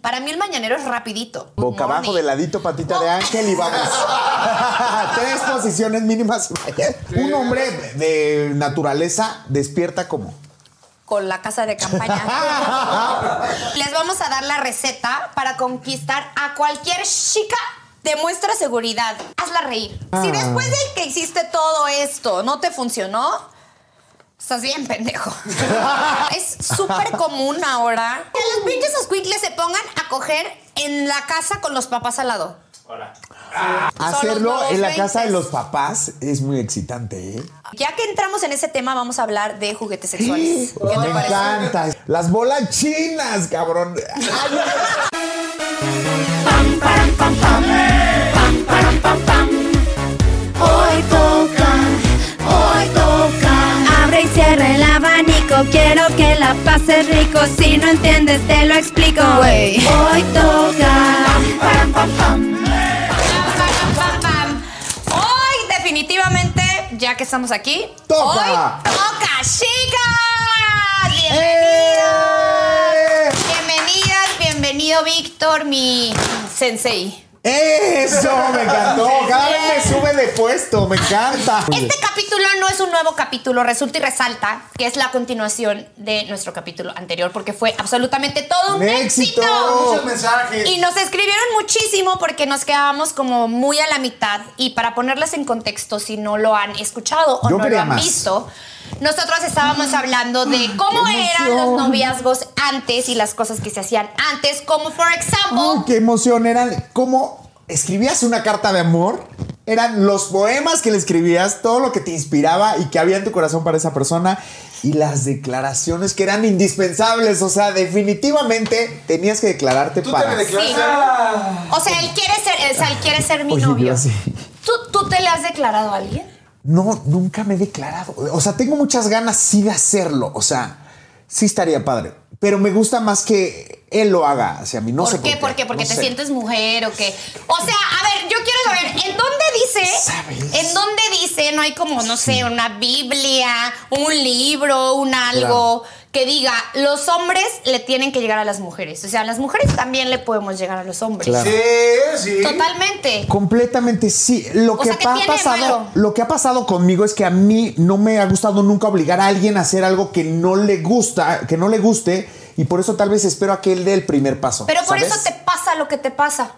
Para mí el mañanero es rapidito. Boca abajo, de ladito, patita de ángel y vamos. Tres posiciones mínimas. Un hombre de naturaleza despierta como. Con la casa de campaña. Les vamos a dar la receta para conquistar a cualquier chica. Demuestra seguridad. Hazla reír. Ah. Si después de que hiciste todo esto no te funcionó, estás bien, pendejo. es súper común ahora que los pinches squinkles se pongan a coger en la casa con los papás al lado. Hacerlo nuevos en la casa de veintes. los papás es muy excitante, ¿eh? Ya que entramos en ese tema, vamos a hablar de juguetes sexuales. ¿Qué Me te parece? encanta. Las bolas chinas, cabrón. Ay, Hoy toca, hoy toca. Abre y cierra el abanico, quiero que la pases rico. Si no entiendes, te lo explico. Hoy toca. Pam, pam, pam. Hoy, definitivamente, ya que estamos aquí, Toca. hoy toca, chicas. Bienvenidas, ¡Eh! bienvenidas, bienvenido, Víctor, mi sensei. Eso me encantó. Cada vez me sube de puesto, me encanta. Este capítulo no es un nuevo capítulo, resulta y resalta que es la continuación de nuestro capítulo anterior porque fue absolutamente todo un Un éxito. éxito. Muchos mensajes. Y nos escribieron muchísimo porque nos quedábamos como muy a la mitad y para ponerlas en contexto si no lo han escuchado o Yo no lo quería han más. visto. Nosotros estábamos hablando de cómo eran los noviazgos antes y las cosas que se hacían antes, como por Ay, ejemplo, qué emoción. Eran como escribías una carta de amor. Eran los poemas que le escribías, todo lo que te inspiraba y que había en tu corazón para esa persona y las declaraciones que eran indispensables. O sea, definitivamente tenías que declararte para. sí. O sea, él quiere ser, o sea, él quiere ser mi Oye, yo novio. así. ¿Tú, ¿Tú te le has declarado a alguien? No, nunca me he declarado. O sea, tengo muchas ganas sí de hacerlo. O sea, sí estaría padre. Pero me gusta más que él lo haga hacia mí. No ¿Por, sé qué? ¿Por qué? ¿Porque No te sé. sientes mujer o qué? O sea, a ver, yo quiero saber, ¿en dónde dice? ¿Sabes? ¿En dónde dice? No hay como, no sé, una Biblia, un libro, un algo que diga, los hombres le tienen que llegar a las mujeres. O sea, las mujeres también le podemos llegar a los hombres. Claro. Totalmente. Completamente sí. Lo O que, sea, ¿qué ha tiene de malo? pasado, lo que ha pasado conmigo es que a mí no me ha gustado nunca obligar a alguien a hacer algo que no le gusta, que no le guste, y por eso tal vez espero a que él dé el primer paso. Pero por ¿sabes? eso te pasa lo que te pasa.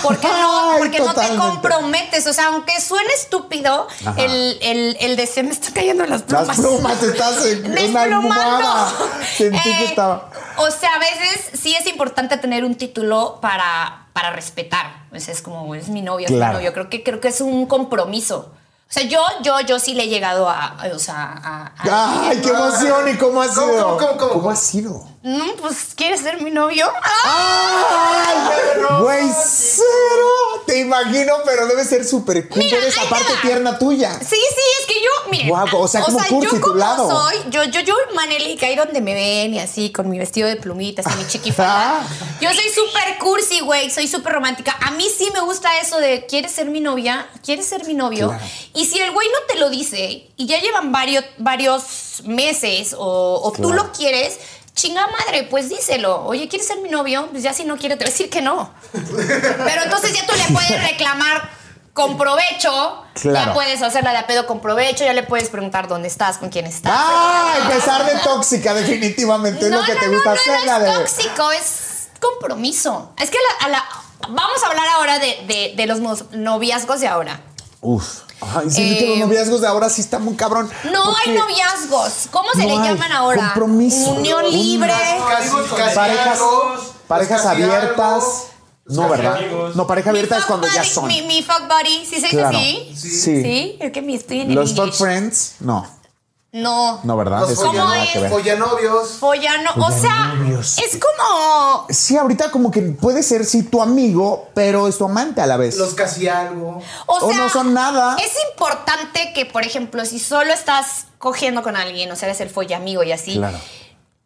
Porque no, Ay, porque no te totalmente. comprometes. O sea, aunque suene estúpido, Ajá. el, el, el de se me están cayendo las plumas. Las plumas, estás en una Desplomando. almohada. Sentí que estaba- Eh, O sea, a veces sí es importante tener un título para, para respetar. O sea, es como, es mi novio, Claro. Yo creo que, creo que es un compromiso. O sea, yo, yo, yo sí le he llegado a. O sea, a- a- Ah. ¡Ay, qué emoción! ¿Y cómo ha sido? ¿Cómo, ha sido? No, pues, ¿quieres ser mi novio? Ah. ¡Ay, güey, cero! Te imagino, pero debe ser súper cool Mira, ver esa ahí te parte va. tierna tuya. Sí, sí, es que yo, miren. Guau, o sea, como cursi yo tu como lado. soy, yo, yo, yo, Manélica, ahí donde me ven y así, con mi vestido de plumitas y mi chiquifala. yo soy súper cursi, güey, soy súper romántica. A mí sí me gusta eso de, ¿quieres ser mi novia? ¿Quieres ser mi novio? Claro. Y si el güey no te lo dice y ya llevan varios, varios meses o, o tú Claro. lo quieres... Chinga madre, pues díselo. Oye, ¿quieres ser mi novio? Pues ya si no quiere, te va a decir que no. Pero entonces ya tú le puedes reclamar con provecho, Claro. ya puedes hacerla de a pedo con provecho, ya le puedes preguntar dónde estás, con quién estás. Ah, empezar de tóxica, definitivamente. es lo que te gusta no, hacer. No, la no de- es tóxico, es compromiso. Es que la- a la- vamos a hablar ahora de, de- de los mos- noviazgos de ahora. Uf. Ay, sí, vi que Eh, los noviazgos de ahora sí están muy cabrón. No hay porque- noviazgos. ¿Cómo no se le hay. llaman ahora? Compromiso. Unión Un- libre. parejas, parejas abiertas. no, ¿verdad? amigos. No, pareja Mi abierta es fuck cuando ya buddy- son. Mi, mi fuck buddy, ¿sí se dice Claro. así? Sí. Sí. Es que mi estoy en Los el top English. friends, no. No. No, ¿verdad? Los Eso no ¿Cómo nada es? que ver. Follanovios. Follano. O sea, Dios. es como. Sí, ahorita como que puede ser sí tu amigo, pero es tu amante a la vez. Los casi algo. O O sea, no son nada. Es importante que, por ejemplo, si solo estás cogiendo con alguien, o sea, eres el follamigo y así, Claro.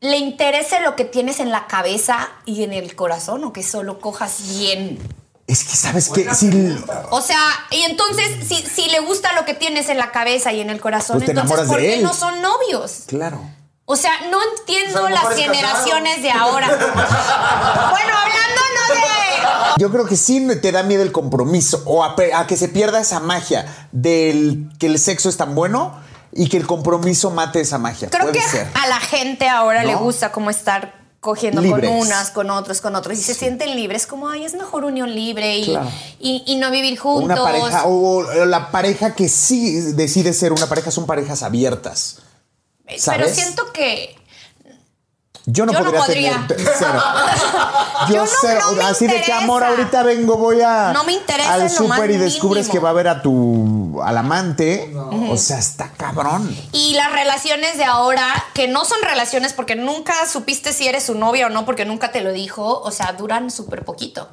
le interese lo que tienes en la cabeza y en el corazón, o que solo cojas bien. Es que sabes que si O sea, y entonces, si, si le gusta lo que tienes en la cabeza y en el corazón, Pues te entonces, enamoras ¿por de qué él. no son novios? Claro. O sea, no entiendo Pues a lo mejor las es generaciones de ahora. bueno, hablando no de. Yo creo que sí te da miedo el compromiso o a, pe- a que se pierda esa magia del que el sexo es tan bueno y que el compromiso mate esa magia. Creo Puede que ser. a la gente ahora le ¿No? gusta como estar cogiendo Libres. con unas, con otros, con otros. Y se sienten libres, como, ay, es mejor unión libre y, Claro. y, y no vivir O juntos. Una pareja o o la pareja que sí decide ser una pareja son parejas abiertas. Pero ¿sabes? siento que. Yo no Yo no podría, podría. tener cero. Yo, Yo no- cero. no me Así de que interesa. amor, ahorita vengo, voy a No me interesa en al lo más súper y descubres mínimo. que va a ver a tu al amante. O sea, está cabrón. Y las relaciones de ahora, que no son relaciones porque nunca supiste si eres su novia o no, porque nunca te lo dijo, o sea, duran súper poquito.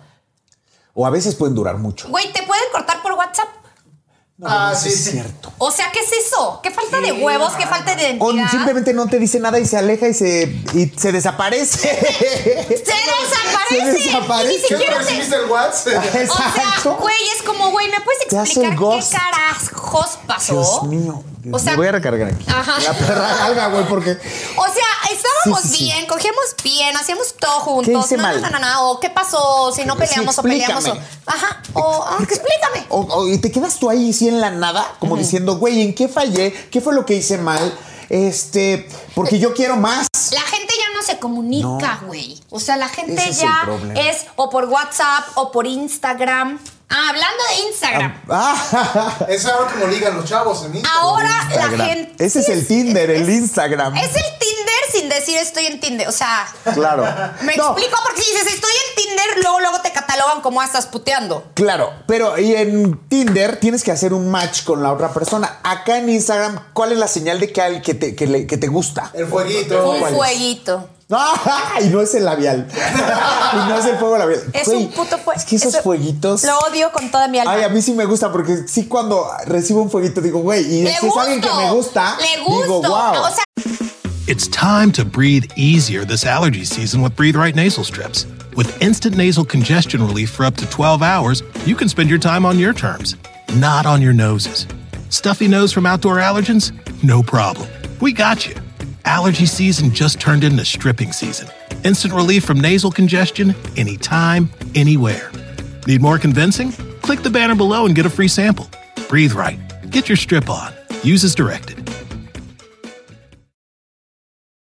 O a veces pueden durar mucho. Güey, te pueden cortar por WhatsApp. No, Ah, no sí, es sí. cierento. O sea, ¿qué es eso? ¿Qué falta de huevos? ¿Qué falta de O identidad? simplemente no te dice nada y se aleja y se, y se desaparece. ¡Se desaparece! Se desaparece. Y ni siquiera te- el WhatsApp? O sea, Exacto. güey, es como, güey, ¿me puedes Te hace explicar qué ghost. carajos pasó? Dios mío. O sea, Me voy a recargar aquí. Ajá. La perra galga, güey, porque. O sea, estábamos Sí, sí, sí. bien, cogíamos bien, hacíamos todo juntos. hice no, mal? no, no, no, o qué pasó, si no Sí, peleamos o peleamos. O, explícame. Oh. ajá, o ah, explícame. O- o- y te quedas tú ahí así en la nada, como diciendo, güey, ¿en qué fallé? ¿Qué fue lo que hice mal? Este, porque yo quiero más. La gente ya no se comunica, güey. O sea, la gente Ese es el ya problema. es o por WhatsApp o por Instagram. Ah, hablando de Instagram. Ah, Es ahora como ligan los chavos en Instagram. ahora la Instagram. gente. Ese es el Tinder, el Instagram. Es el Tinder sin decir estoy en Tinder. O sea, Claro. me No, explico porque si dices estoy en Tinder, luego luego te catalogan como "Ah, estás puteando. Claro, pero y en Tinder tienes que hacer un match con la otra persona. Acá en Instagram, ¿cuál es la señal de que, al, que, te, que, le- que te gusta? El fueguito. Un ¿Cuál es? fueguito. ¡Ah! Y no es el labial. y no es el fuego labial. Es Güey, un puto fuego. Es que esos fueguitos. Lo odio con toda mi alma. Ay, a mí sí me gusta porque sí cuando recibo un fueguito digo, güey, y Le si es alguien que gusto. me gusta, Le gusto. digo, wow. O sea, It's time to breathe easier this allergy season with Breathe Right Nasal Strips. With instant nasal congestion relief for up to 12 hours, you can spend your time on your terms, not on your noses. Stuffy nose from outdoor allergens? No problem. We got you. Allergy season just turned into stripping season. Instant relief from nasal congestion anytime, anywhere. Need more convincing? Click the banner below and get a free sample. Breathe Right. Get your strip on. Use as directed.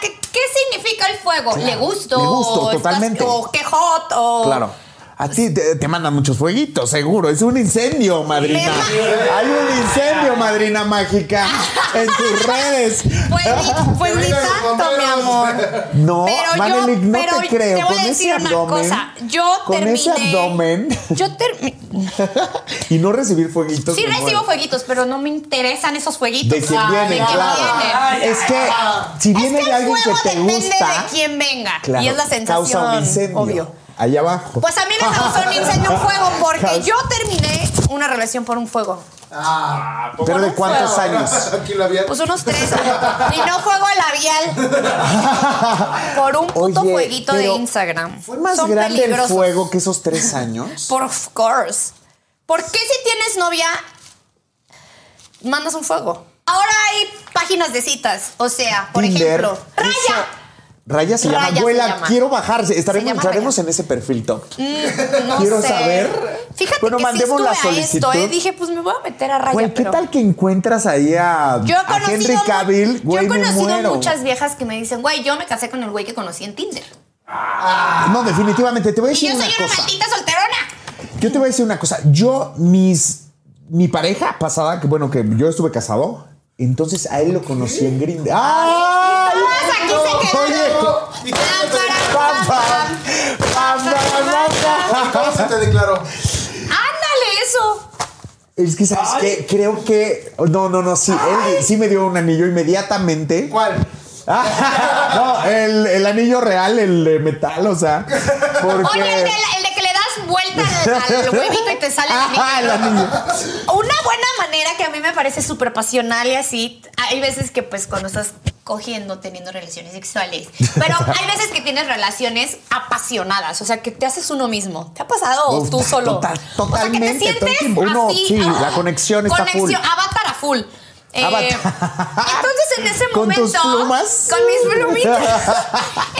¿qué, qué significa el fuego? le gusto. le gusto, estás- totalmente. O qué hot. O claro. A ti te, te mandan muchos fueguitos, seguro. Es un incendio, madrina. Hay un incendio, madrina mágica, en tus redes. Pues, ni- pues ni vengan los tanto, mi bomberos. amor. No, pero Manelik, yo, no pero te creo. Te voy con a decir ese abdomen, una cosa. Yo con terminé. ese abdomen Yo terminé. y no recibir fueguitos. Sí me recibo muero. fueguitos, pero no me interesan esos fueguitos. pues, De quién Ah, viene, de quién claro. viene. es que si Es viene que de el alguien fuego que te depende gusta. de quién venga. Claro, y es la sensación. causa un incendio. Obvio. Allá abajo. Pues a mí me causó un incendio un fuego porque yo terminé una relación por un fuego. Ah, ¿Pero de cuántos años? Aquí lo había. Pues unos tres. Y no fuego labial. Por un puto Oye, jueguito de pero Instagram. ¿Fue más Son grande el peligrosos. fuego que esos tres años? Por of course. ¿Por qué si tienes novia mandas un fuego? Ahora hay páginas de citas. O sea, por Tinder, ejemplo, ¡Raya! esa- Raya se Raya llama. se Abuela, llama. quiero bajarse. Estaremos, llama entraremos Raya. en ese perfil top. Mm, No Quiero sé. saber. Fíjate Bueno, que sí mandemos estuve la a esto, solicitud. ¿eh? Dije, pues me voy a meter a raya. Güey, ¿qué pero- tal que encuentras ahí a, Yo he a conocido, Henry mu- Cavill? Güey, yo he me conocido muero. muchas viejas que me dicen, güey, yo me casé con el güey que conocí en Tinder. Ah, No, definitivamente. Te voy a Y decir yo soy una una cosa. maldita solterona. Yo te voy a decir una cosa. Yo, mis. Mi pareja pasada, que bueno, que yo estuve casado, entonces a él lo conocí en Grindr. ¡Ay! Todas aquí se quedaron. Oye, ¿Y Pam, pam, pam, pam, pam. pam, pam, pam. cómo se te declaró? Ándale, eso. Es que, ¿sabes qué? Creo que. No, no, no, sí. Él sí me dio un anillo inmediatamente. ¿Cuál? Ah, no, el, el anillo real, el de metal, o sea. Porque. Oye, el de, la- el de que le das vuelta al, al huevito y te sale el anillo. Ah, el anillo. Una buena manera que a mí me parece súper pasional y así, hay veces que pues cuando estás cogiendo, teniendo relaciones sexuales, pero hay veces que tienes relaciones apasionadas, o sea, que te haces uno mismo. ¿Te ha pasado o Uf, tú solo? total- O sea, que totalmente, todo te el sientes tiempo. Uno, así, sí, ah, la conexión está full. conexión, Avatar a full. Eh, Avatar. entonces en ese Con momento tus plumas. con mis plumitas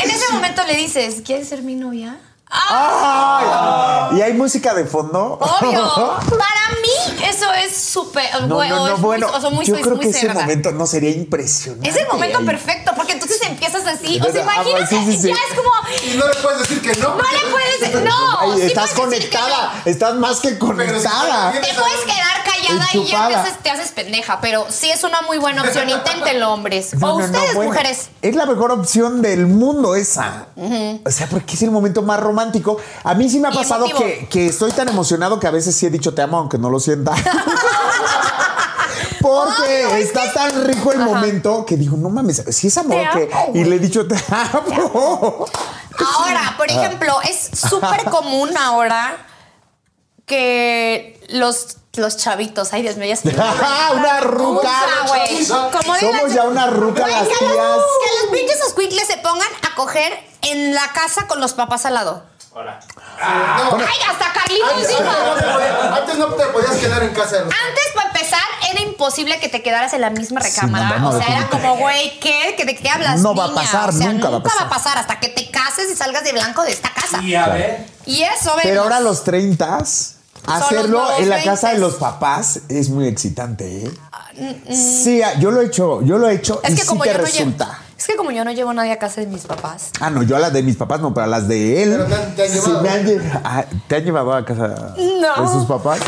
en ese momento le dices ¿quieres ser mi novia? ¡Ah! Ay, y hay música de fondo. Obvio. Para mí eso es súper. No, güey, no, o no, es muy- bueno. o son muy, yo soy- creo muy que ese cerda. momento no sería impresionante. Es el momento Ahí. perfecto, porque entonces empiezas así. O sea, Pero, ah, imagínate, sí, sí, sí. ya es como. Y no le puedes decir que no. No le puedes. No. Ay, sí estás puedes decir que conectada, estás más que conectada. no. Te puedes quedar callada y ya Enchufada. empiezas- te haces pendeja, pero sí es una muy buena opción. Inténtenlo, hombres. No, o no, no, ustedes, bueno, mujeres. Es la mejor opción del mundo esa. O sea, porque es el momento más romántico. A mí sí me ha Y pasado emotivo. que, que estoy tan emocionado que a veces sí he dicho te amo, aunque no lo sienta. Porque Obvio, es está tan rico el momento que digo, no mames, si es amor Te que. amo, y le he dicho te amo. Ahora, Ah. por ejemplo, es súper común ahora que los, los chavitos, ay Dios mío, ya estoy. Una ruca. Ruca, güey. Como digo, Somos ya una ruca Güey, las que los- tías. Que los pinches escuincles se pongan a coger en la casa con los papás al lado. Ah. No. Ay, hasta Carlitos Antes, dijo. no te podías- antes no te podías quedar en casa de los. Antes, para empezar, era imposible que te quedaras en la misma recámara. no, no, o sea, era definitivamente. como, güey, ¿qué? ¿Que ¿De qué hablas? No va a niña? pasar, O sea, nunca va a pasar. hasta que te cases y salgas de blanco de esta casa. Y a ver. Y eso, ven. Pero ahora a los 30 hacerlo nuevos en la casa de 20s. los papás es muy excitante, ¿eh? Sí, ah, yo lo he hecho, yo lo he hecho mm, Es y que, sí como te yo no llevo, resulta. es que como yo no llevo a nadie a casa de mis papás. Ah, no, yo a las de mis papás no, pero a las de él. Pero te han- te han sí llevado. me han lle- Ah, ¿Te han llevado a casa No. de sus papás?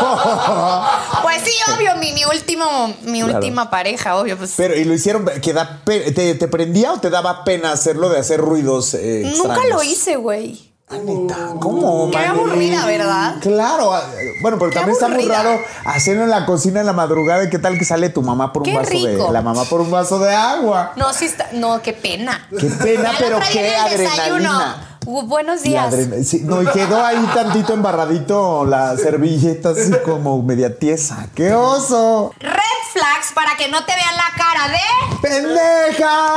No. Pues sí, obvio, mi, mi último, mi Claro. última pareja, obvio, pues. Pero, ¿y lo hicieron? que da pe- te, te prendía o te daba pena hacerlo de hacer ruidos eh, Nunca extraños? lo hice, güey. Ah, neta, ¿Cómo? Qué Maneli? aburrida, ¿verdad? Claro. ah, Bueno, pero Qué también está muy aburrida. raro hacerlo en la cocina en la madrugada. y ¿Qué tal que sale tu mamá por un Qué vaso rico. de la mamá por un vaso de agua? No, sí está. No, qué pena. Qué pena, Al pero otro día qué en el adrenalina. desayuno. Uh, buenos Y días. adrena- sí, no, y quedó ahí tantito embarradito la servilleta así como media tiesa. ¡Qué oso! Red flags para que no te vean la cara de. ¡Pendeja!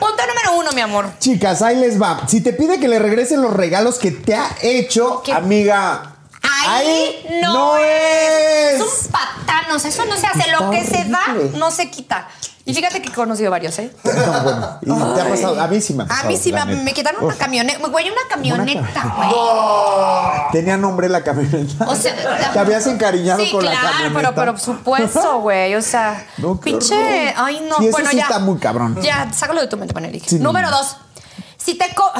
Punto número uno, mi amor. Chicas, ahí les va. Si te pide que le regresen los regalos que te ha hecho, ¿Qué? amiga. Ahí no es. Son patanos, eso no se hace. Lo que se da horrible. no se quita. Y fíjate que he conocido varios, ¿eh? No, bueno, y te ha pasado. A mí sí me ha A pasado. mí sí la me, neta. me quitaron una camioneta. Güey, una camioneta, güey. Tenía nombre la camioneta. O sea, te habías encariñado sí, con la claro, camioneta. pero pero por supuesto, güey. O sea, No, qué horror. pinche. Ay, no, Sí, eso bueno, sí ya. está muy cabrón. Ya, sácalo de tu mente, Manelik. Sí, no, Número no. dos. Si te, co-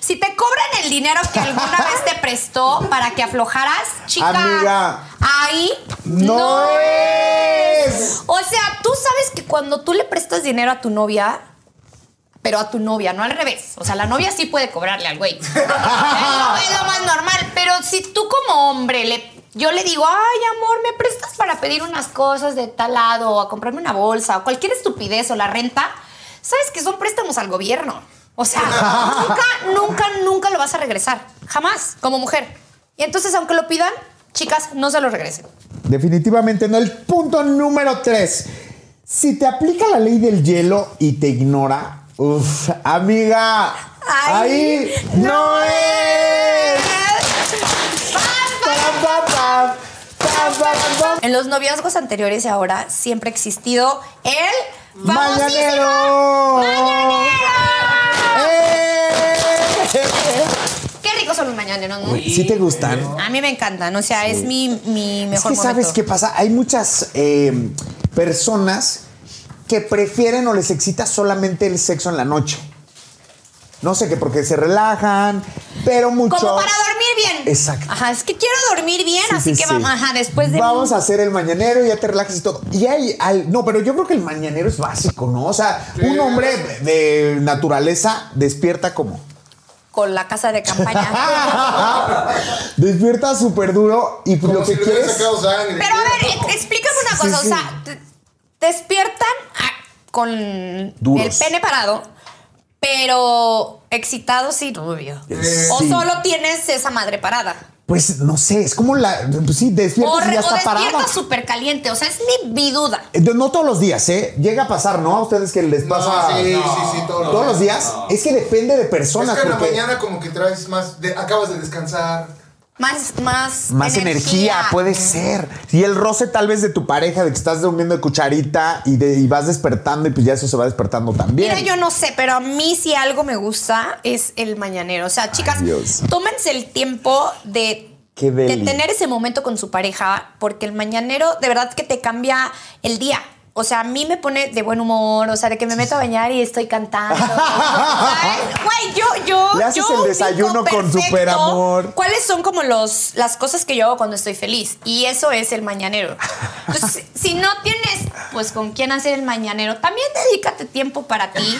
si te cobran el dinero que alguna vez te prestó para que aflojaras, chica. Amiga. Ahí ¡No, es! o sea, tú sabes que cuando tú le prestas dinero a tu novia, pero a tu novia, no al revés. O sea, la novia sí puede cobrarle al güey. es, lo, es lo más normal. Pero si tú como hombre le, yo le digo, ay, amor, me prestas para pedir unas cosas de tal lado, o a comprarme una bolsa, o cualquier estupidez, o la renta, sabes que son préstamos al gobierno. O sea, nunca, nunca, nunca lo vas a regresar. Jamás, como mujer. Y entonces, aunque lo pidan, chicas, no se lo regresen. Definitivamente no. El punto número tres. Si te aplica la ley del hielo y te ignora, uff, amiga, Ay, ahí no, es. Pam, pam, pam, pam, pam, pam. En los noviazgos anteriores y ahora siempre ha existido el famosísimo Mañanero. mañanero. ¡Eh! Qué ricos son los mañaneros, ¿no? ¿Sí te gustan? A mí me encantan, o sea, es mi, mi Es mejor que sabes momento. qué pasa, hay muchas eh, personas que prefieren o les excita solamente el sexo en la noche. No sé qué, porque se relajan, pero muchos. Como para dormir bien. Exacto. Ajá, es que quiero dormir bien, Sí, así sí, que sí. vamos, ajá, después pues, de... Vamos a hacer el mañanero, ya te relajas y todo. Y hay, al- no, pero yo creo que el mañanero es básico, ¿no? O sea, un hombre de naturaleza despierta como. Con la casa de campaña. despierta súper duro y pues Como lo si que le hubieran quieres. sacado sangre. Pero a ver, e- explícame una Sí, cosa, sí. o sea, te- despiertan a- con Duros. el pene parado, pero excitados y rubio. O Eh, Sí. solo tienes esa madre parada. Pues no sé, es como la. Pues sí, despiertas O, y re- ya o está parada. despiertas súper caliente, o sea, es mi, mi duda. Eh, No todos los días, ¿eh? Llega a pasar, ¿no? A ustedes que les pasa. sí, sí, sí, todos los Todos los días. Es que depende de Es personas. que en la porque- mañana como que traes más, de- acabas de descansar. Más, más. Más energía, puede ser. Y el roce tal vez de tu pareja, de que estás durmiendo de cucharita y, de, y vas despertando y pues ya eso se va despertando también. Mira, yo no sé, pero a mí si algo me gusta es el mañanero. O sea, chicas, Dios. tómense el tiempo de, Qué de deli. tener ese momento con su pareja, porque el mañanero de verdad que te cambia el día. O sea, a mí me pone de buen humor, o sea, de que me meto a bañar y estoy cantando. ¿sabes? Güey, yo, yo, Le haces Oh, el yo ubico desayuno con perfecto superamor. ¿Cuáles son como los, las cosas que yo hago cuando estoy feliz? Y eso es el mañanero. Entonces, si no tienes, pues, con quién hacer el mañanero, también dedícate tiempo para ti.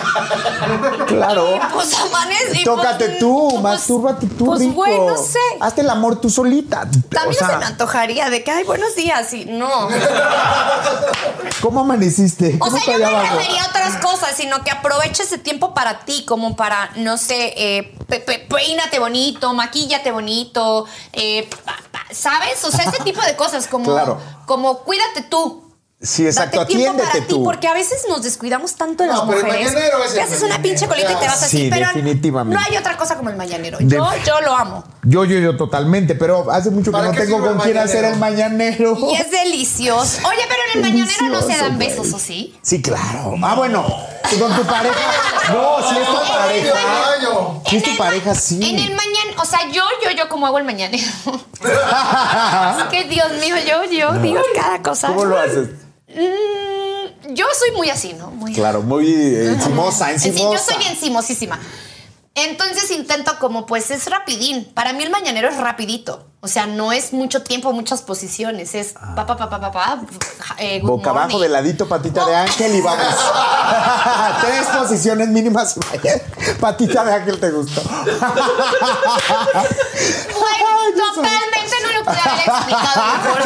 Claro. Pues amanece. y Tócate pues, tú, pues, mastúrbate tú Pues, rico. güey, no sé. Hazte el amor tú solita. También o sea, se me antojaría de que, ay, buenos días, y no. O ¿Cómo amaneciste? ¿Cómo sea, yo te me hallabas? refería a otras cosas, sino que aprovecha ese tiempo para ti, como para, no sé, eh, pe- pe- peínate bonito, maquíllate bonito, eh, pa- pa- ¿sabes? O sea, ese tipo de cosas, como, Claro. como cuídate tú. Sí, exacto. Date tiempo para Atiéndete ti, tú. porque a veces nos descuidamos tanto de No, las pero el mujeres. mañanero es el Te haces una mañanero, pinche colita y te ya. vas así, Sí, pero definitivamente. no hay otra cosa como el mañanero. De- Yo, yo lo amo. Yo, yo, yo totalmente, pero hace mucho que ¿Para no qué tengo sirve el con quién hacer el mañanero. Y es delicioso. Oye, pero en el mañanero no se Oh. Delicioso, dan güey. besos, ¿o sí? Sí, claro. Ah, bueno, con tu pareja. No, si es tu pareja. Baño. Si es En tu el ma- pareja, En el sí. mañana, o sea, yo, yo, yo como hago el mañanero. es que Dios mío, yo, yo digo cada cosa. ¿Cómo lo haces? Mm, yo soy muy así, ¿no? Muy Claro, muy eh, encimosa, Sí, encimosa. yo soy encimosísima. Entonces intento como, pues es rapidín. Para mí el mañanero es rapidito. O sea, no es mucho tiempo, muchas posiciones. Es pa, pa, pa, pa, pa, pa, eh, good Ah. Boca abajo, morning. de ladito, patita de No. ángel y vamos. Tres posiciones mínimas. patita de ángel te gustó. Bueno, Ay, no sabía. totalmente no lo pude haber explicado mejor.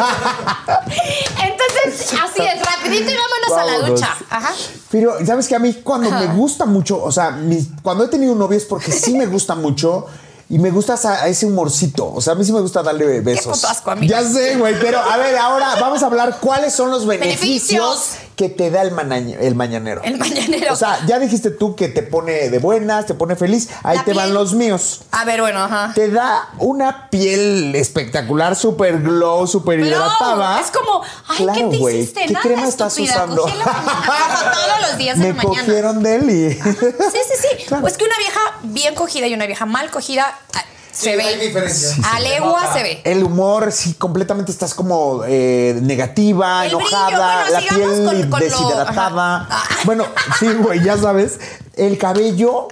Entonces, así es, rapidito y vámonos, a la Vámonos. ducha. Ajá. Pero, ¿sabes que A mí cuando me gusta mucho, o sea, mi- cuando he tenido un novio es porque sí me gusta mucho y me gusta esa- ese humorcito. O sea, a mí sí me gusta darle besos. puto asco, amigo. Ya sé, güey, pero a ver, ahora vamos a hablar cuáles son los beneficios, Beneficios. que te da el, manañ- el mañanero. El mañanero. O sea, ya dijiste tú que te pone de buenas, te pone feliz. Ahí La te van piel. los míos. A ver, bueno, ajá. Te da una piel espectacular, súper glow, súper Glow. hidratada. Es como, ay, ¿qué Claro, te güey. hiciste? ¿Qué Nada, crema estás estúpida. usando? Cogí la mañana, como todos los días en Me la mañana. cogieron de Eli. Sí, sí, sí. Claro. Pues que una vieja bien cogida y una vieja mal cogida ah, se Sí, ve. hay diferencia. Sí, a legua se ve. El humor, sí, completamente estás como eh, negativa, El enojada, brillo, bueno, la sigamos piel con- con lo- deshidratada. ajá. Ah. Bueno, sí, güey, ya sabes. El cabello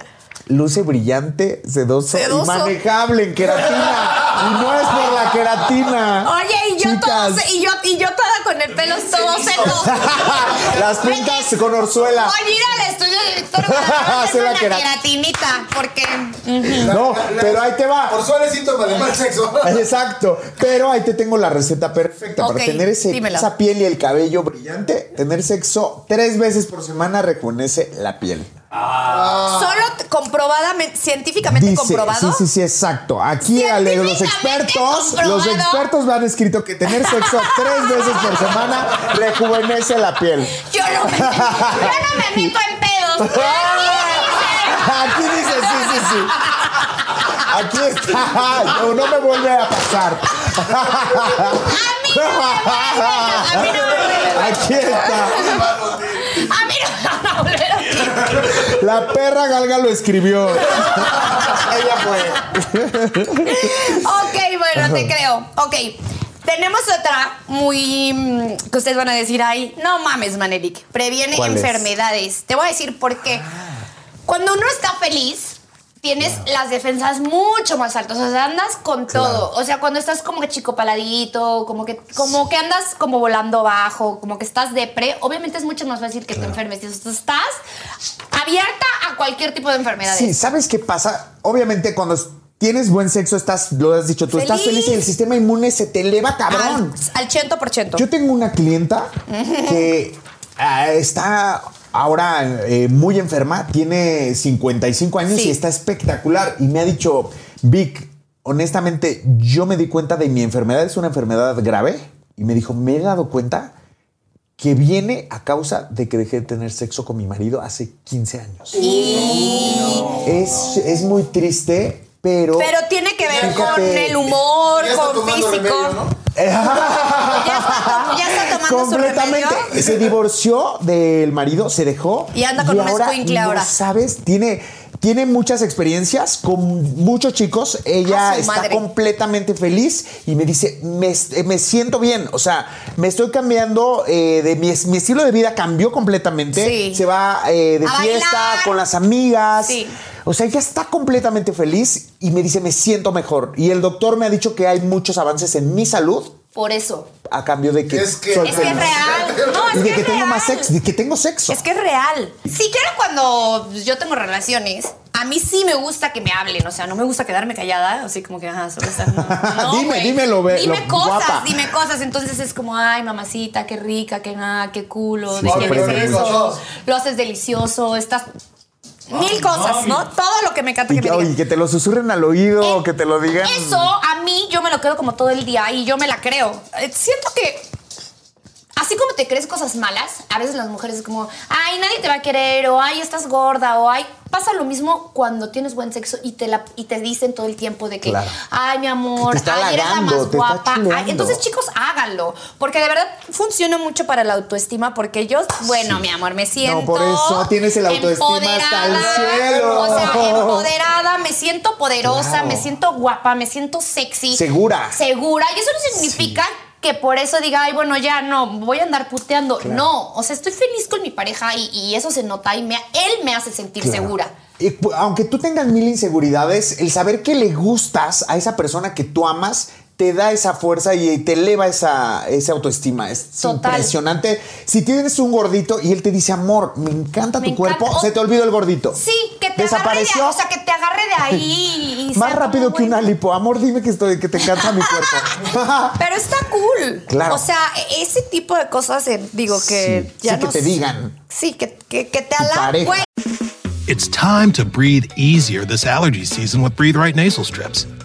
luce brillante, sedoso, Sedoso. y manejable en queratina. y no es por la queratina. Oye, y yo, Chicas, todo, y, yo, y yo toda con el pelo todo sedoso. Las pintas con orzuela. Oye, ir al estudio de Víctor Guadalajara, Se hacer va a una quedar. queratinita, porque... ujú. No, pero ahí te va. Por suele síntoma de mal sexo. Exacto, pero ahí te tengo la receta perfecta Ok, para tener ese, dímela. esa piel y el cabello brillante. Tener sexo tres veces por semana rejuvenece la piel. Solo t- comprobadamente, científicamente comprobado. Ah. sí, sí, sí, exacto. Aquí Ale, los Científicamente expertos, los comprobado. expertos me han escrito que tener sexo tres veces por semana rejuvenece la piel. Yo no me, yo no me meto en pedos. Aquí dice sí, sí, sí. Aquí está. No, no me vuelve a pasar. A mí no me vuelven a- Aquí está. A mí no me van a volver a La perra galga lo escribió. Ella fue. Ok, bueno, te creo. Ok. Tenemos otra muy. mm, que ustedes van a decir, ay, no mames, Manelik. Previene ¿Cuál es? Ah. enfermedades. Te voy a decir por qué. Cuando uno está feliz. Tienes las defensas mucho más altas, o sea, andas con todo. O sea, cuando estás como que chico paladito, como que, como que andas como volando bajo, como que estás depre, obviamente es mucho más fácil que te enfermes. Entonces, tú estás abierta a cualquier tipo de enfermedades. Sí, ¿sabes qué pasa? Obviamente cuando tienes buen sexo estás, lo has dicho tú, estás Feliz. feliz y el sistema inmune se te eleva al, cabrón. al 100%. Yo tengo una clienta que ah, está ahora eh, muy enferma, tiene 55 años Sí. y está espectacular. Y me ha dicho, Vic, honestamente, yo me di cuenta de mi enfermedad, es una enfermedad grave. Y me dijo, me he dado cuenta que viene a causa de que dejé de tener sexo con mi marido hace 15 años. Es, es muy triste, pero... Pero tiene que ver Fíjate. con el humor, Ya está con tomando físico. remedio, ¿no? ya, está to- ya está tomando su remedio. Completamente. Se divorció del marido, se dejó. Y anda con un escuincle no ahora. ¿Sabes? Tiene, tiene muchas experiencias con muchos chicos. Ella A Ah, su está madre. completamente feliz y me dice, me, eh, me siento bien. O sea, me estoy cambiando eh, de mi, es- mi estilo de vida cambió completamente. Sí. Se va eh, de A fiesta bailar. con las amigas. Sí. O sea, ella está completamente feliz y me dice, me siento mejor. Y el doctor me ha dicho que hay muchos avances en mi salud Por eso. a cambio de que Es que- soy Es que es feliz. real. No, es Y de es que, tengo real. más sexo, de que tengo sexo. Es que es real. Siquiera cuando yo tengo relaciones, a mí sí me gusta que me hablen. O sea, no me gusta quedarme callada. Así como que, ajá, solo estar- no, no, Dime, güey. dímelo, ve- Dime lo- cosas, guapa. dime cosas. Entonces es como, ay, mamacita, qué rica, qué nada, qué culo, Sí, de quién es sorprende. eso. Lo haces delicioso, estás. Mil cosas, ¿no? Todo lo que me encanta y que que, me oye, digan. que te lo susurren al oído, que te lo digan. Eh, Eso a mí yo me lo quedo como todo el día y yo me la creo. Eh, Siento que así como te crees cosas malas, a veces las mujeres es como, ay, nadie te va a querer o ay, estás gorda o ay, pasa lo mismo cuando tienes buen sexo y te la y te dicen todo el tiempo de que, Claro. ay, mi amor, Que te está ay, eres la halagando, más te está guapa. Ay, chuleando. entonces, chicos, háganlo, porque de verdad funciona mucho para la autoestima porque yo, bueno, mi amor, me siento por eso tienes el autoestima hasta el empoderada, cielo. O sea, empoderada, me siento poderosa, Claro. me siento guapa, me siento sexy. Segura. Segura. Y eso no significa que por eso diga, ay, bueno, ya no, voy a andar puteando. No, o sea, estoy feliz con mi pareja y, y eso se nota y me, él me hace sentir Claro. segura. Y pu- aunque tú tengas mil inseguridades, el saber que le gustas a esa persona que tú amas te da esa fuerza y te eleva esa, esa autoestima. Es Total. impresionante. Si tienes un gordito y él te dice, amor, me encanta Me tu cuerpo, encanta. se te olvidó el gordito. Sí, que te Desapareció. agarre de, o sea, que te agarre de ahí. y Más sea como, rápido que "Bueno". una lipo. Amor, dime que estoy, que te encanta mi cuerpo. Pero está cool. Claro. O sea, e- ese tipo de cosas, eh, digo que Sí, sí, que te digan. Sí, que, que, que te Tu pareja. alaben. güey. It's time to breathe easier this allergy season with Breathe Right Nasal Strips.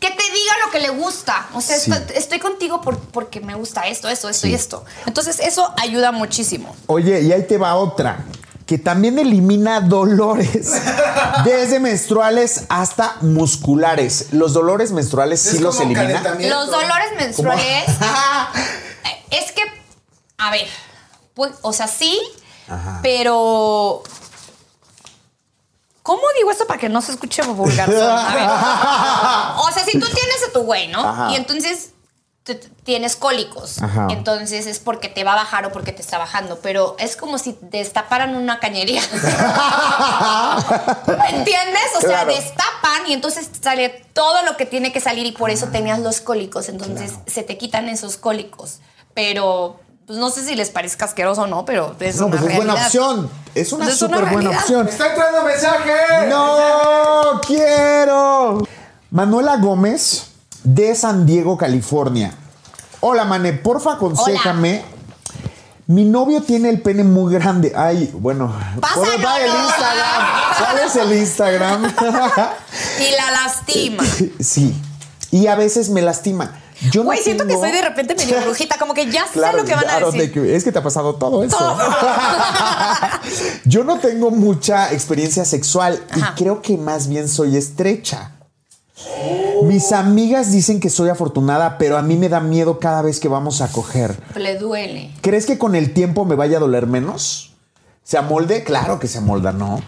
Que te diga lo que le gusta. O sea, Sí. esto- estoy contigo por- porque me gusta esto, esto, esto y esto. Entonces, eso ayuda muchísimo. Oye, y ahí te va otra. que también elimina dolores, desde menstruales hasta musculares. Los dolores menstruales sí Es los como elimina. calentamiento. Los dolores menstruales. eh, es que, a ver, pues, o sea, sí, pero. ¿Cómo digo esto para que no se escuche vulgar? A ver. O sea, si tú tienes a tu güey, ¿no? Ajá. Y entonces t- t- tienes cólicos. Ajá. Entonces es porque te va a bajar o porque te está bajando. Pero es como si destaparan una cañería. ¿Me entiendes? O sea, Claro. destapan y entonces sale todo lo que tiene que salir y por Ah. eso tenías los cólicos. Entonces se te quitan esos cólicos. Pero pues, no sé si les parezca asqueroso o no, pero es No, una pues es buena realidad. opción. Es una Pues es una súper buena realidad. opción. ¡Me está entrando mensaje! ¡No quiero! Manuela Gómez, de San Diego, California. Hola, Mane, porfa, aconsejame. Mi novio tiene el pene muy grande. Ay, bueno. Pásalo. ¿puedo dar el Instagram? ¿Cuál es el Instagram? Y la lastima. sí. Y a veces me lastima. Yo no Güey, siento que tengo- soy de repente medio brujita, como que ya sé Claro, lo que van a claro, de decir. que- es que te ha pasado todo eso. Todo. Yo no tengo mucha experiencia sexual Ajá. y creo que más bien soy estrecha. Mis amigas dicen que soy afortunada, pero a mí me da miedo cada vez que vamos a coger. Le duele. ¿Crees que con el tiempo me vaya a doler menos? ¿Se amolde? Claro que se amolda, ¿no?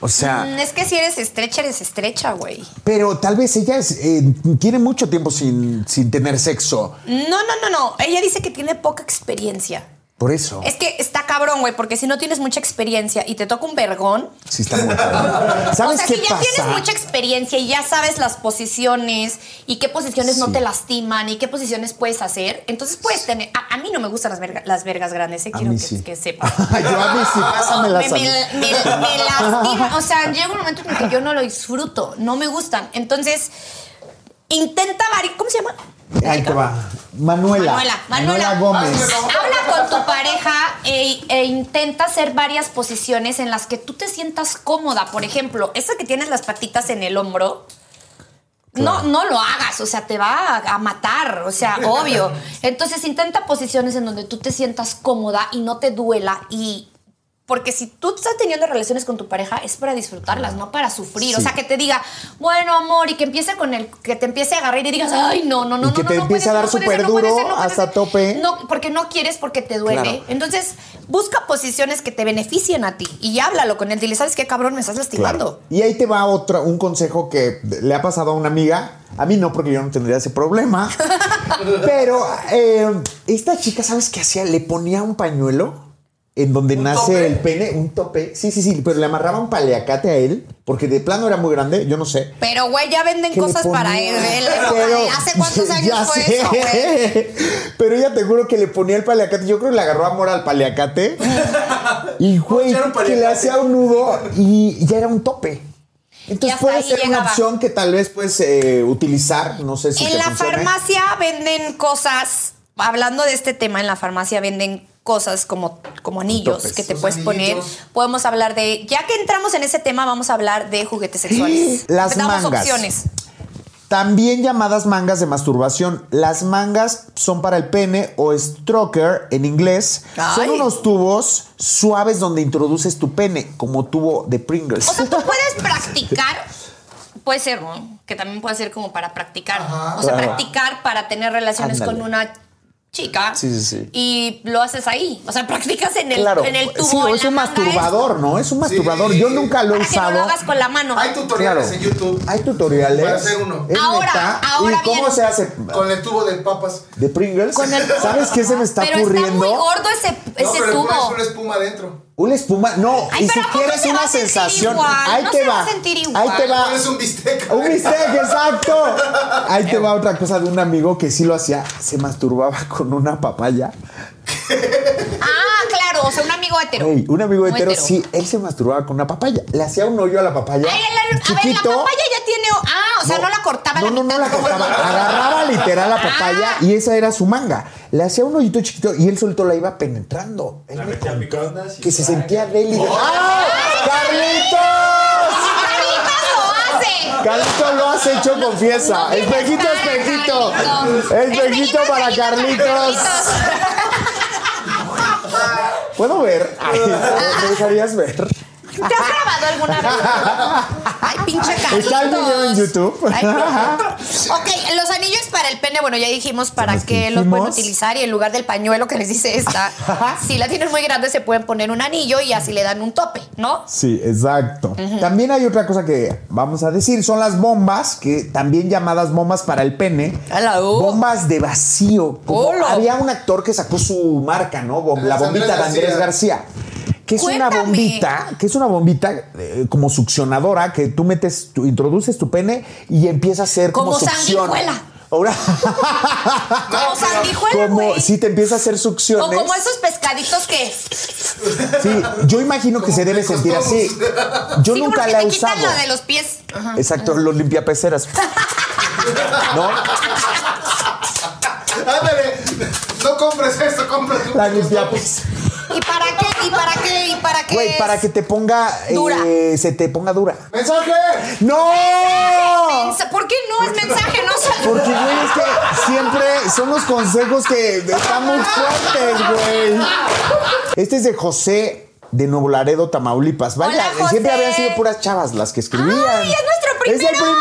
O Mm, sea, Es que si eres estrecha, eres estrecha, güey. pero tal vez ella es, eh, tiene mucho tiempo sin, sin tener sexo. No, no, no, no. Ella dice que tiene poca experiencia. Por eso. Es que está cabrón, güey, porque si no tienes mucha experiencia y te toca un vergón. Sí está muy cabrón. ¿Sabes o sea, qué si ya pasa? tienes mucha experiencia y ya sabes las posiciones y qué posiciones no Sí. te lastiman y qué posiciones puedes hacer, entonces puedes tener. A, a mí no me gustan las, verga- las vergas grandes, eh, A quiero mí que, sí. que sepas. Yo a mí sí, pásamela, me, me, Sammy. me- me lastima. O sea, llega un momento en el que yo no lo disfruto, no me gustan. Entonces, intenta variar. ¿Cómo se llama? Ahí te va. Manuela. Manuela, Manuela. Gómez. Habla con tu pareja e, e intenta hacer varias posiciones en las que tú te sientas cómoda. Por ejemplo, esa que tienes las patitas en el hombro. No, no lo hagas, o sea, te va a, a matar, o sea, obvio. Entonces intenta posiciones en donde tú te sientas cómoda y no te duela y porque si tú estás teniendo relaciones con tu pareja es para disfrutarlas, no para sufrir. O Sí. sea, que te diga, bueno, amor, y que empiece con el, que te empiece a agarrar y digas, ay, no, no, no, Y que no, te no, no empiece puede a dar ser, no puede ser, súper no puede duro ser, no puede hasta ser. tope. No, porque no quieres porque te duele. Claro. Entonces, busca posiciones que te beneficien a ti y háblalo con él. Dile, ¿sabes qué cabrón me estás lastimando? Y ahí te va otro, un consejo que le ha pasado a una amiga. A mí no, porque yo no tendría ese problema. Pero eh, esta chica, ¿sabes qué hacía? Le ponía un pañuelo en donde ¿Un nace tope? el pene, un tope. Sí, sí, sí, pero le amarraba un paleacate a él, porque de plano era muy grande, yo no sé. Pero, güey, ya venden que le cosas para él. ponía. él- ¿eh? Pero- ¿Hace cuántos años Ya fue sé. eso, güey? Pero ella te juro que le ponía el paliacate. Yo creo que le agarró amor al paliacate. y güey, Era un que le paliacate. hacía un nudo y ya era un tope. Entonces hasta puede ahí ser una llegaba. opción que tal vez puedes eh, utilizar. No sé si te en la funcione. farmacia venden cosas, hablando de este tema, en la farmacia venden cosas como, como anillos Topes. que te Los puedes poner. anillitos. Podemos hablar de, ya que entramos en ese tema, vamos a hablar de juguetes sexuales. Las Damos mangas. opciones. También llamadas mangas de masturbación. Las mangas son para el pene o stroker en inglés. Ay. Son unos tubos suaves donde introduces tu pene, como tubo de Pringles. O sea, tú puedes practicar. Puede ser, ¿no? Que también puede ser como para practicar. o sea, Claro. practicar para tener relaciones Ándale. con una chica. Sí, sí, sí. Y lo haces ahí. O sea, practicas en el, claro. en el tubo. sí, o en es la un manga masturbador, ¿no? Es un masturbador. Yo nunca lo he esto, Para que no usado. lo hagas con la mano. Hay tutoriales Claro. en YouTube. Hay tutoriales. Para hacer uno. ¿Es Ahora, neta? ahora ¿Y cómo bien. se hace? Con el tubo de papas. ¿De Pringles? Con el- ¿Sabes qué se me está pero ocurriendo? está muy gordo ese, no, ese pero le pones tubo. una espuma adentro. una espuma. No, Ay, y si pero ¿a poco quieres se va una a sentir sensación. igual? Ahí No te se va a va. sentir igual. Ahí te va. Pones un bistec. Un bistec, exacto. Ahí te va otra cosa de un amigo que sí lo hacía. Se masturbaba con una papaya. Ah, claro, o sea, un amigo hetero. Ey, un amigo Un hetero, sí, él se masturbaba con una papaya. Le hacía un hoyo a la papaya. Ay, la- a ver, la chiquito. papaya ya tiene. Ah, o sea, no, la cortaba No, la no, mitad. no la cortaba. Agarraba literal la papaya Ah. y esa era su manga. Le hacía un hoyito chiquito y él solito la iba penetrando. Él me contó que se sentía débil. ¡Ah! ¡Carlitos! ¡Carlitos lo hace! Carlitos lo has hecho, No confiesa. tienes Espejito, cara, espejito. Carlitos. Espejito para espejito Carlitos. Carlitos. ¿Puedo ver? Ay, ¿Me dejarías ver? ¿Te has grabado alguna vez? Ay, pinche Carlitos. Está el video en YouTube. Ay, no. ok, los anillos para el pene, bueno, ya dijimos para Los que qué los pueden dijimos. utilizar y en lugar del pañuelo que les dice esta, si la tienen muy grande se pueden poner un anillo y así le dan un tope, ¿no? Sí, exacto. También hay otra cosa que vamos a decir, son las bombas, que también llamadas bombas para el pene. A la U. Bombas de vacío. Como oh. Hola. había un actor que sacó su marca, ¿no? Bom- La Andrés bombita de Andrés García. Que es una Cuéntame. bombita, que es una bombita eh, como succionadora que tú metes, tú introduces tu pene y empieza a hacer como, Como succión. sanguijuela. Ahora, Como sanguijuela, Ah, como güey. si te empieza a hacer o succiones. como esos pescaditos que Sí, yo imagino que se debe ricos sentir todos. así. Yo sí, como nunca que la he te quitan usado. la de los pies. Ajá. Exacto, los limpiapeceras. ¿No? Ándale. No compres esto, compras un- La limpiapeceras. ¿Y para qué? ¿Y para qué? ¿Y para qué? Güey, para es? que te ponga. Dura. eh, se te ponga dura. ¡Mensaje! ¡No! Mensa- ¿Por qué no es mensaje? No sé. Porque, güey, es que siempre son los consejos que están muy fuertes, güey. Este es de José de Nuevo Laredo, Tamaulipas. Vaya, Hola, José. siempre habían sido puras chavas las que escribían. ¡Ay, es nuestro primer ¡Es el primer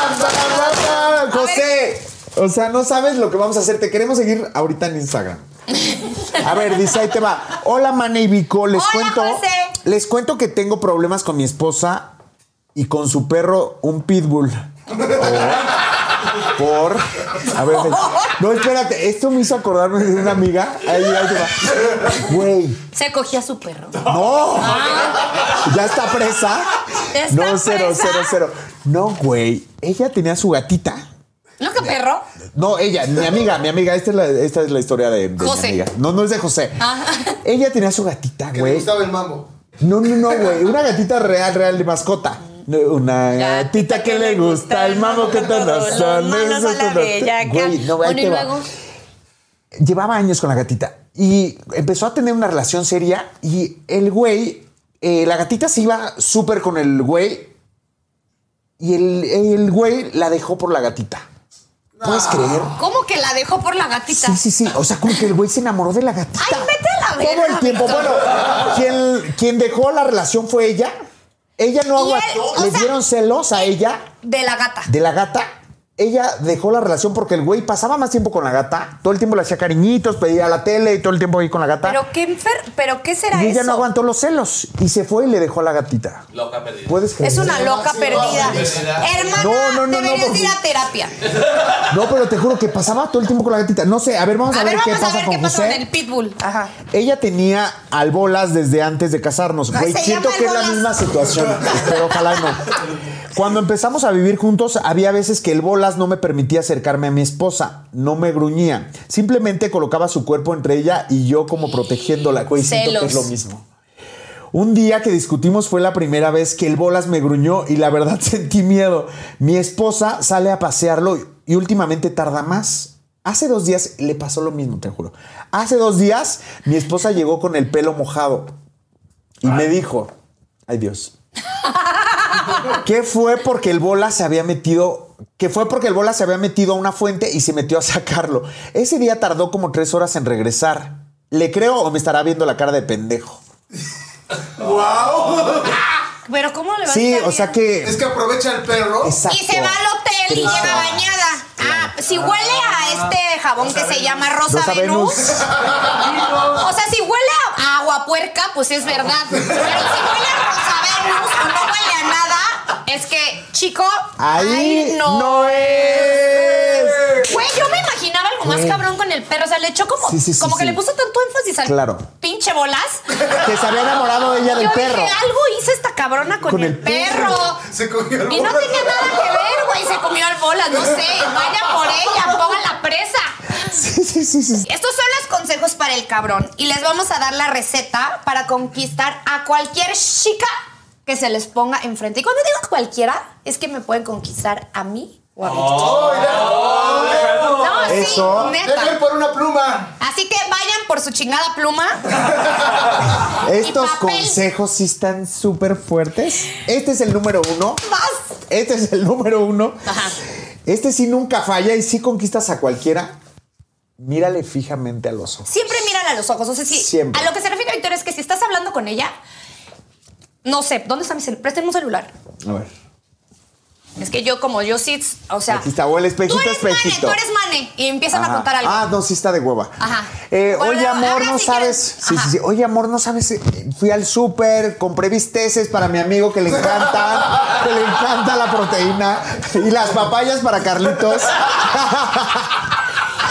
hombre! José, o sea, no sabes lo que vamos a hacer. Te queremos seguir ahorita en Instagram. A ver, dice ahí te va. Hola, Mane y Vico. Les Hola, cuento. José. Les cuento que tengo problemas con mi esposa y con su perro, un pitbull. Oh, Por. A ver, ven. no, espérate. Esto me hizo acordarme de una amiga. Ahí, ahí te va. Güey, Se cogía a su perro. Ah. no. Ya está presa. ¿Está no, cero, presa? cero, cero. No, güey. Ella tenía su gatita. ¿No que perro? No, ella, mi amiga, mi amiga, esta es la, esta es la historia de, de José. mi amiga. No, no es de José. Ah. Ella tenía su gatita, Que le güey. gustaba el mambo. No, no, no, güey. Una gatita real, real de mascota. No, Una gatita que le gusta el mamo que te Los manos a la bellaca. Güey, no, ahí Bueno, y te va. luego- Llevaba años con la gatita y empezó a tener una relación seria y el güey, eh, la gatita se iba súper con el güey y el, el güey la dejó por la gatita. ¿Puedes creer? ¿Cómo que la dejó por la gatita? Sí, sí, sí. O sea, como que el güey se enamoró de la gatita. Ay, vete a la Todo verga, el tiempo. Víctor. Bueno, quien, quien dejó la relación fue ella. Ella no Y él, aguantó. o Le sea- dieron celos a ella De la gata. de la gata. Ella dejó la relación porque el güey pasaba más tiempo con la gata. Todo el tiempo le hacía cariñitos, pedía la tele y todo el tiempo ahí con la gata. ¿Pero qué, enfer- ¿Pero qué será y ella eso? no aguantó los celos y se fue y le dejó a la gatita. Loca perdida. ¿Puedes creer? Es una loca Sí, perdida. no, Hermana, no, no, no, deberías porque- ir a terapia. No, pero te juro que pasaba todo el tiempo con la gatita. No sé, a ver, vamos a, A ver, ver, qué vamos a pasa ver con qué pasa José. con el pitbull. Ajá. Ella tenía albolas desde antes de casarnos. Güey, Se siento llama que es la albolas. misma situación, pero ojalá no. Cuando empezamos a vivir juntos, había veces que el bolas no me permitía acercarme a mi esposa, no me gruñía. Simplemente colocaba su cuerpo entre ella y yo como protegiéndola. Güey, siento que es lo Celos. mismo. Un día que discutimos fue la primera vez que el bolas me gruñó y la verdad sentí miedo. Mi esposa sale a pasearlo y- y últimamente tarda más. Hace dos días le pasó lo mismo, te juro. Hace dos días mi esposa llegó con el pelo mojado y me dijo, ay Dios, que fue porque el bola se había metido, que fue porque el bola se había metido a una fuente y se metió a sacarlo. Ese día tardó como tres horas en regresar. ¿Le creo o me estará viendo la cara de pendejo? Pero ¿cómo le va Sí, a estar o sea bien? que. Es que aprovecha el perro. Exacto. Y se va al hotel y Triste. lleva bañada. Ah, si huele a este jabón que se llama Rosa, Rosa Venus. Venus. O sea, si huele a agua puerca, pues es verdad. Pero si huele a Rosa Venus o no huele a nada, es que, chico, Ahí ay, no. no es. Güey, yo me imaginaba algo más cabrón con el perro. O sea, le echó como, Sí, sí, sí, como que sí. le puso tanto énfasis al Claro. pinche bolas. Que se había enamorado ella del yo perro. dije, algo hizo esta cabrona con, Con el, el perro. perro. Se cogió el Y no bolas. tenía nada que ver, güey. Se comió al bola, no sé. Vaya por ella, pongan la presa. Sí, sí, sí, sí. Estos son los consejos para el cabrón. Y les vamos a dar la receta para conquistar a cualquier chica que se les ponga enfrente. Y cuando digo cualquiera, es que me pueden conquistar a mí o a Víctor. Oh. No, sí, Eso. Dejen neta. por una pluma. Así que vayan por su chingada pluma. Estos papel. consejos sí están súper fuertes. Este es el número uno. Vas. Este es el número uno. Ajá. Este sí nunca falla y sí conquistas a cualquiera. mírale fijamente al oso. Siempre miran a los ojos. O sea, si Siempre. a lo que se refiere Victoria es que si estás hablando con ella, no sé, ¿dónde está mi celular? Préstame un celular. A ver. Es que yo, como yo sí, o sea. Aquí está, o el espejito, Tú eres espejito. mane, tú eres mane. Y empiezan Ajá. a contar algo. Ah, no, sí está de hueva. Ajá. Eh, Bueno, oye, amor, habla no si sabes. quieres. Sí, sí, Ajá. sí. Oye, amor, no sabes. eh, Fui al súper, compré bisteces para mi amigo que le encanta, que le encanta la proteína y las papayas para Carlitos.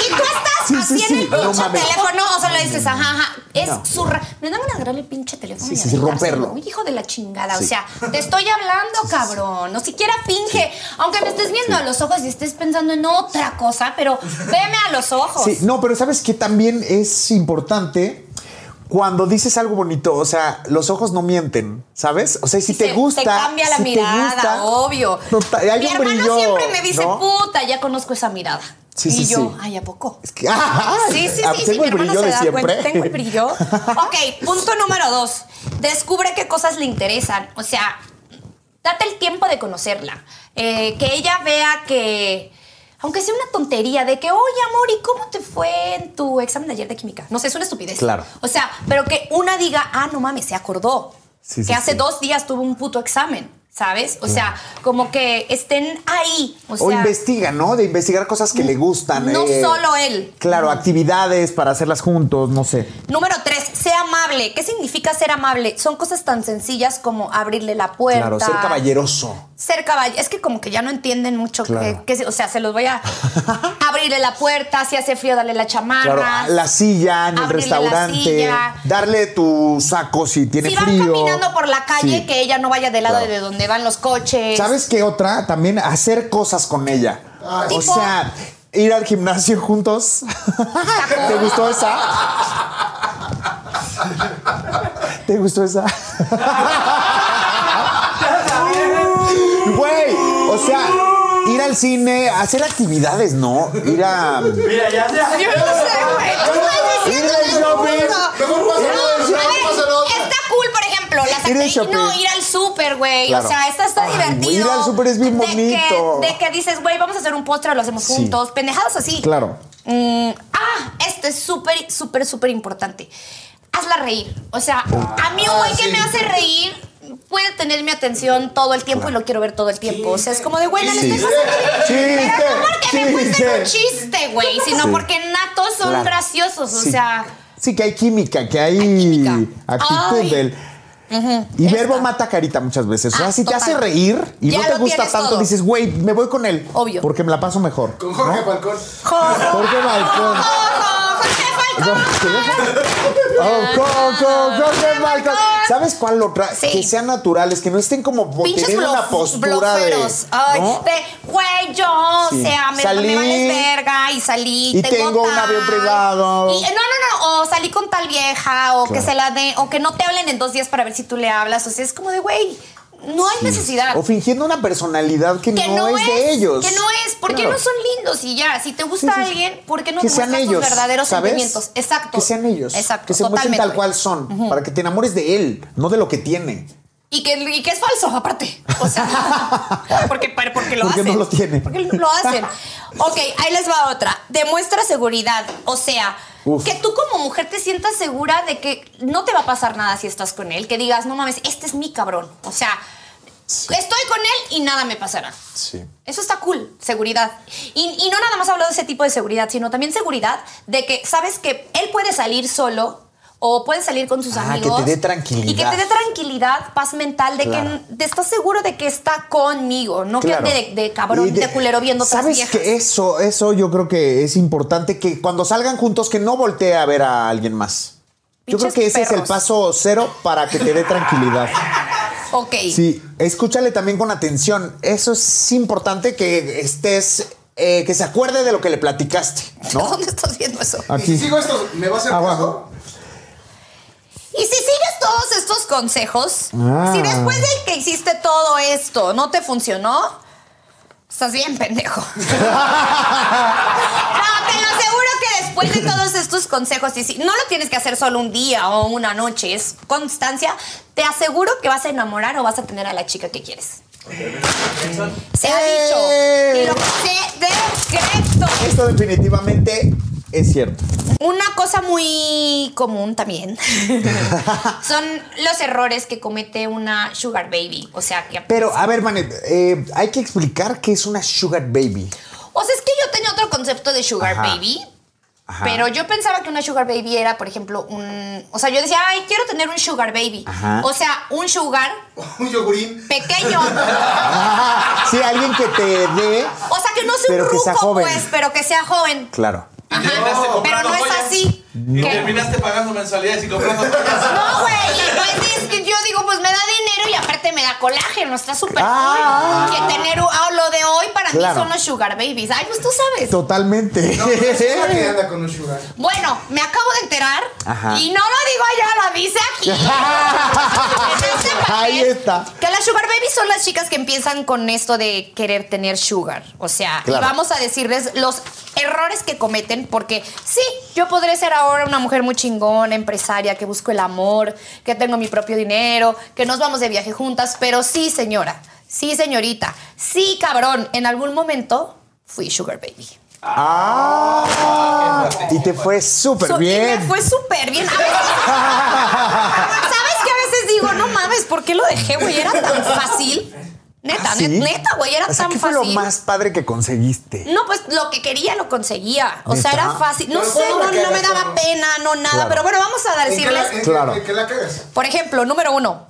Y tú estás Sí, sí, así en sí. el No pinche mames. teléfono, o sea, le dices, ajá, ajá. Es No. su ra- Me dan ganas de agarrarle el pinche teléfono. Sí, y sí, sí, aventárselo. romperlo. Uy, hijo de la chingada. Sí. O sea, te estoy hablando, cabrón. No siquiera finge. Aunque me estés viendo a los ojos y estés pensando en otra cosa, pero veme a los ojos. Sí, no, pero sabes que también es importante cuando dices algo bonito, o sea, los ojos no mienten, ¿sabes? O sea, si Y te se- gusta, Te cambia la si te mirada, gusta, obvio. no ta- hay Mi un hermano brillo, siempre me dice, ¿no? puta, ya conozco esa mirada. Sí, y sí, yo, sí. ay, ¿a poco? Es que- ¡Ah! Sí, sí, Ah, sí, sí, Tengo mi el hermano brillo se de da siempre. cuenta, tengo el brillo. Ok, punto número dos. Descubre qué cosas le interesan. O sea, date el tiempo de conocerla. Eh, que ella vea que, aunque sea una tontería, de que, oye, amor, ¿y cómo te fue en tu examen de ayer de química? No sé, es una estupidez. Claro. O sea, pero que una diga, ah, no mames, se acordó. Sí, sí, que hace sí. dos días tuvo un puto examen, ¿sabes? O sea, como que estén ahí. O, O sea, investiga, ¿no? De investigar cosas que le gustan. eh, no solo él. Claro, actividades para hacerlas juntos, no sé. Número tres, sé amable. ¿Qué significa ser amable? Son cosas tan sencillas como abrirle la puerta. Claro, ser caballeroso. Ser caball- Es que como que ya no entienden mucho que- Claro. que, se- o sea, se los voy a abrirle la puerta, si hace frío, darle la chamarra. Claro, ah, la silla en el Abrirle la restaurante, silla. darle tu saco si tiene si van frío. caminando por la calle, Sí. que ella no vaya del lado Claro. de donde van los coches. ¿Sabes qué otra? También hacer cosas con ella. o Tipo- sea, ir al gimnasio juntos. ¿Te gustó esa? ¿Te gustó esa? Güey, o sea, ir al cine, hacer actividades, ¿no? Ir a... Mira, ya se. Yo no sé, güey. Tú estás Ir diciendo al del shopping. mundo. Mejor pásalo No, de a show, ver, pásalo otra. Está cool, por ejemplo, las Ir al acti- shopping. No, ir al súper, güey. Claro. O sea, está, está Ay, divertido. güey, ir al súper es bien De que- bonito. De que, dices, güey, vamos a hacer un postre, lo hacemos Sí. juntos. Pendejadas así. Claro. Mm, ah, esto es súper, súper, súper importante. Hazla reír. O sea, a mí un güey que sí. me hace reír puede tener mi atención todo el tiempo y lo quiero ver todo el tiempo. O sea, es como de, güey, la Sí. neta, estás- Chiste, Pero no porque me cuenten un chiste. chiste, güey, sino Sí. porque natos son Claro. graciosos. O Sí. sea, Sí, que hay química, que hay, química. actitud Ay. del. Y esta. verbo mata carita muchas veces. O sea, Ah, si te total. hace reír y Ya no te lo gusta tienes tanto, todo. dices, güey, me voy con él. Obvio. Porque me la paso mejor. Con Jorge Falcón. Jorge Falcón. ¡Ojo, José Falcón! Oh, co- co- Jorge Falcón. ¿Sabes cuál otra? Sí. Que sean naturales, que no estén como Pinches teniendo una blof- postura de. bloferos. Ay, ¿no? de, güey, yo, Sí. o sea, me, Salí. me vales verga y salí. Y tengo un tal. avión privado. Y- no, no, no. O salí con tal vieja, o Claro. que se la dé, o que no te hablen en dos días para ver si tú le hablas. O sea, es como de, güey, no hay necesidad. O fingiendo una personalidad que, que no, es, de ellos. Que no es, porque Claro. no son lindos y ya. Si te gusta Sí, sí, sí. alguien, ¿por qué no que demuestras sean ellos, tus verdaderos ¿sabes? sentimientos? Exacto. Que sean ellos. Exacto. Que se muestren totalmente, tal güey. cual son. Para que te enamores de él, no de lo que tiene. Y que, y que es falso, aparte. O sea, porque, porque lo Porque hacen. no lo tiene. Porque lo hacen. Ok, ahí les va otra. Demuestra seguridad. O sea, Uf. que tú como mujer te sientas segura de que no te va a pasar nada si estás con él. Que digas, no mames, este es mi cabrón. O sea, estoy con él y nada me pasará. Sí. Eso está cool, seguridad. Y, y no nada más hablo de ese tipo de seguridad, sino también seguridad de que sabes que él puede salir solo o puede salir con sus Ah, amigos. que te dé tranquilidad. Y que te dé tranquilidad, paz mental, de Claro. que n- de- estás seguro de que está conmigo, no que ande de, de cabrón, Y de, culero viendo otras ¿Sabes viejas. que eso, eso yo creo que es importante que cuando salgan juntos que no voltee a ver a alguien más. Yo creo Pinches que ese es el perros. paso cero para que te dé tranquilidad. Ok. Sí, escúchale también con atención. Eso es importante que estés, eh, que se acuerde de lo que le platicaste, ¿no? ¿Dónde estás viendo eso? Y si sigo esto, ¿me va a hacer Abajo. caso? Y si sigues todos estos consejos, Ah. si después de que hiciste todo esto no te funcionó, estás bien pendejo. no, te lo aseguro que después de todos estos consejos, y si no lo tienes que hacer solo un día o una noche, es constancia, te aseguro que vas a enamorar o vas a tener a la chica que quieres. Se ha dicho. ¡Eh! Y lo sé de Esto definitivamente Es cierto. Una cosa muy común también son los errores que comete una sugar baby. O sea, que Pero, ah a ver, Manet, eh, hay que explicar qué es una sugar baby. O sea, es que yo tenía otro concepto de sugar Ajá. baby. Ajá. Pero yo pensaba que una sugar baby era, por ejemplo, un... O sea, yo decía, ay, quiero tener un sugar baby. Ajá. O sea, un sugar Un yogurín. pequeño. Ah, Sí, alguien que te dé. o sea, que no sea Pero un que sea ruco, joven. pues, pero que sea joven. Claro. Ajá. terminaste Pero comprando no es joyas. así. Y Que- terminaste pagando mensualidades y comprando cosas. No, güey. y Pues es que yo digo, pues me da dinero y aparte me da colágeno. Está súper Ah. cool. Que tener un- ah, lo de hoy para Claro. mí son los sugar babies. Ay, pues tú sabes. Totalmente. No, pero es una que anda con un sugar. Bueno, me acabo de enterar Ajá. y no lo digo allá, lo dice aquí. En este papel, Ahí está. Que las sugar babies son las chicas que empiezan con esto de querer tener sugar. O sea, y Claro. vamos a decirles los errores que cometen porque sí, yo podré ser ahora una mujer muy chingona, empresaria, que busco el amor, que tengo mi propio dinero, que nos vamos de viaje juntas, pero sí, señora, sí, señorita, sí, cabrón, en algún momento fui sugar baby. Ah, y te fue súper So- y bien. me fue súper bien. A veces- ¿Sabes qué? A veces digo, no mames, ¿por qué lo dejé, güey? Era tan fácil. Neta, ¿Ah, sí? net- neta, güey, era O sea, tan ¿qué fue fácil. lo más padre que conseguiste? No, pues lo que quería lo conseguía. O sea, ¿Neta? era fácil. No Pero sé, ¿cómo no, la no me cagas, daba no? pena, no nada. Claro. Pero bueno, vamos a ¿En qué la- decirles. en qué- Claro. ¿En qué la cagas? Por ejemplo, número uno,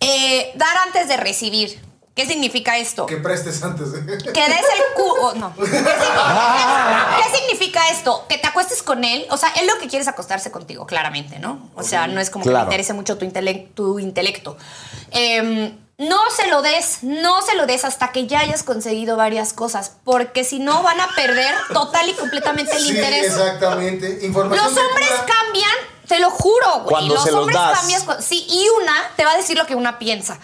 eh, dar antes de recibir. ¿Qué significa esto? Que Que prestes antes. ¿eh? de- des el cu... oh, no. ¿Qué, significa, qué significa esto? Que te acuestes con él. O sea, él lo que quiere es acostarse contigo, claramente, ¿no? O sea, no es como que Claro. le interese mucho tu, intele- tu intelecto. Em, no se lo des, no se lo des hasta que ya hayas conseguido varias cosas, porque si no van a perder total y completamente el Sí, interés. exactamente. Información Los hombres vehicular. cambian, te lo juro, güey. Cuando Los se los hombres das. cambian. cu- Sí, y una te va a decir lo que una piensa.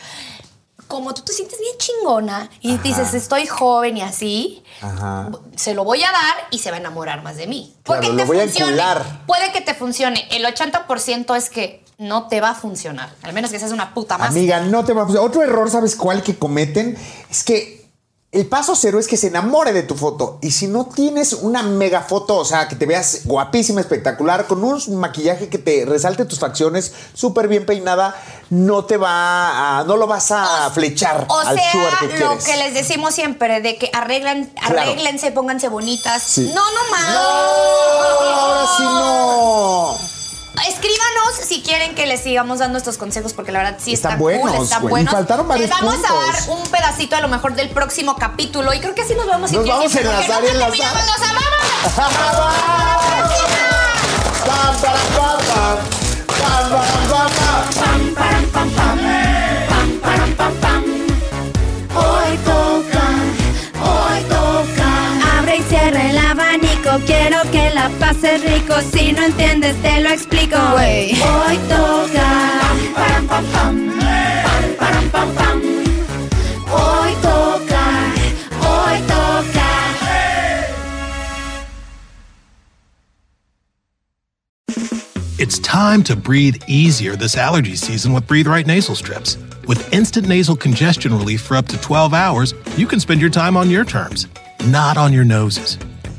Como tú te sientes bien chingona y dices, estoy joven y así, Ajá. se lo voy a dar y se va a enamorar más de mí. Claro, Porque lo te voy a funcione. encular. Puede que te funcione. El 80% es que no te va a funcionar. Al menos que seas una puta más. Amiga, no te va a funcionar. Otro error, ¿sabes cuál que cometen? Es que el paso cero es que se enamore de tu foto. Y si no tienes una mega foto, o sea, que te veas guapísima, espectacular, con un maquillaje que te resalte tus facciones, súper bien peinada, no te va a, no lo vas a flechar O al sugar sea, que lo quieres. que les decimos siempre de que arreglan, Claro. arréglense, pónganse bonitas. Sí. No, no más. Ahora sí no. Escríbanos si quieren que les sigamos dando estos consejos porque la verdad sí Están están, buenos, cool, están güey. buenos. Y faltaron varios les vamos puntos. a dar un pedacito a lo mejor del próximo capítulo y creo que así nos vamos a Nos ir vamos siempre, a porque enlazar y nunca enlazar. terminamos. ¡Los amamos! Pam, para, pam, pam. Pam, para, pam, pam. Hoy toca, hoy toca. Abre y cierra el abanico, quiero que la pases rico. Si no entiendes, te lo explico. Hoy toca. Hoy toca, hoy toca. It's time to breathe easier this allergy season with Breathe Right Nasal Strips. With instant nasal congestion relief for up to 12 hours, you can spend your time on your terms, not on your noses.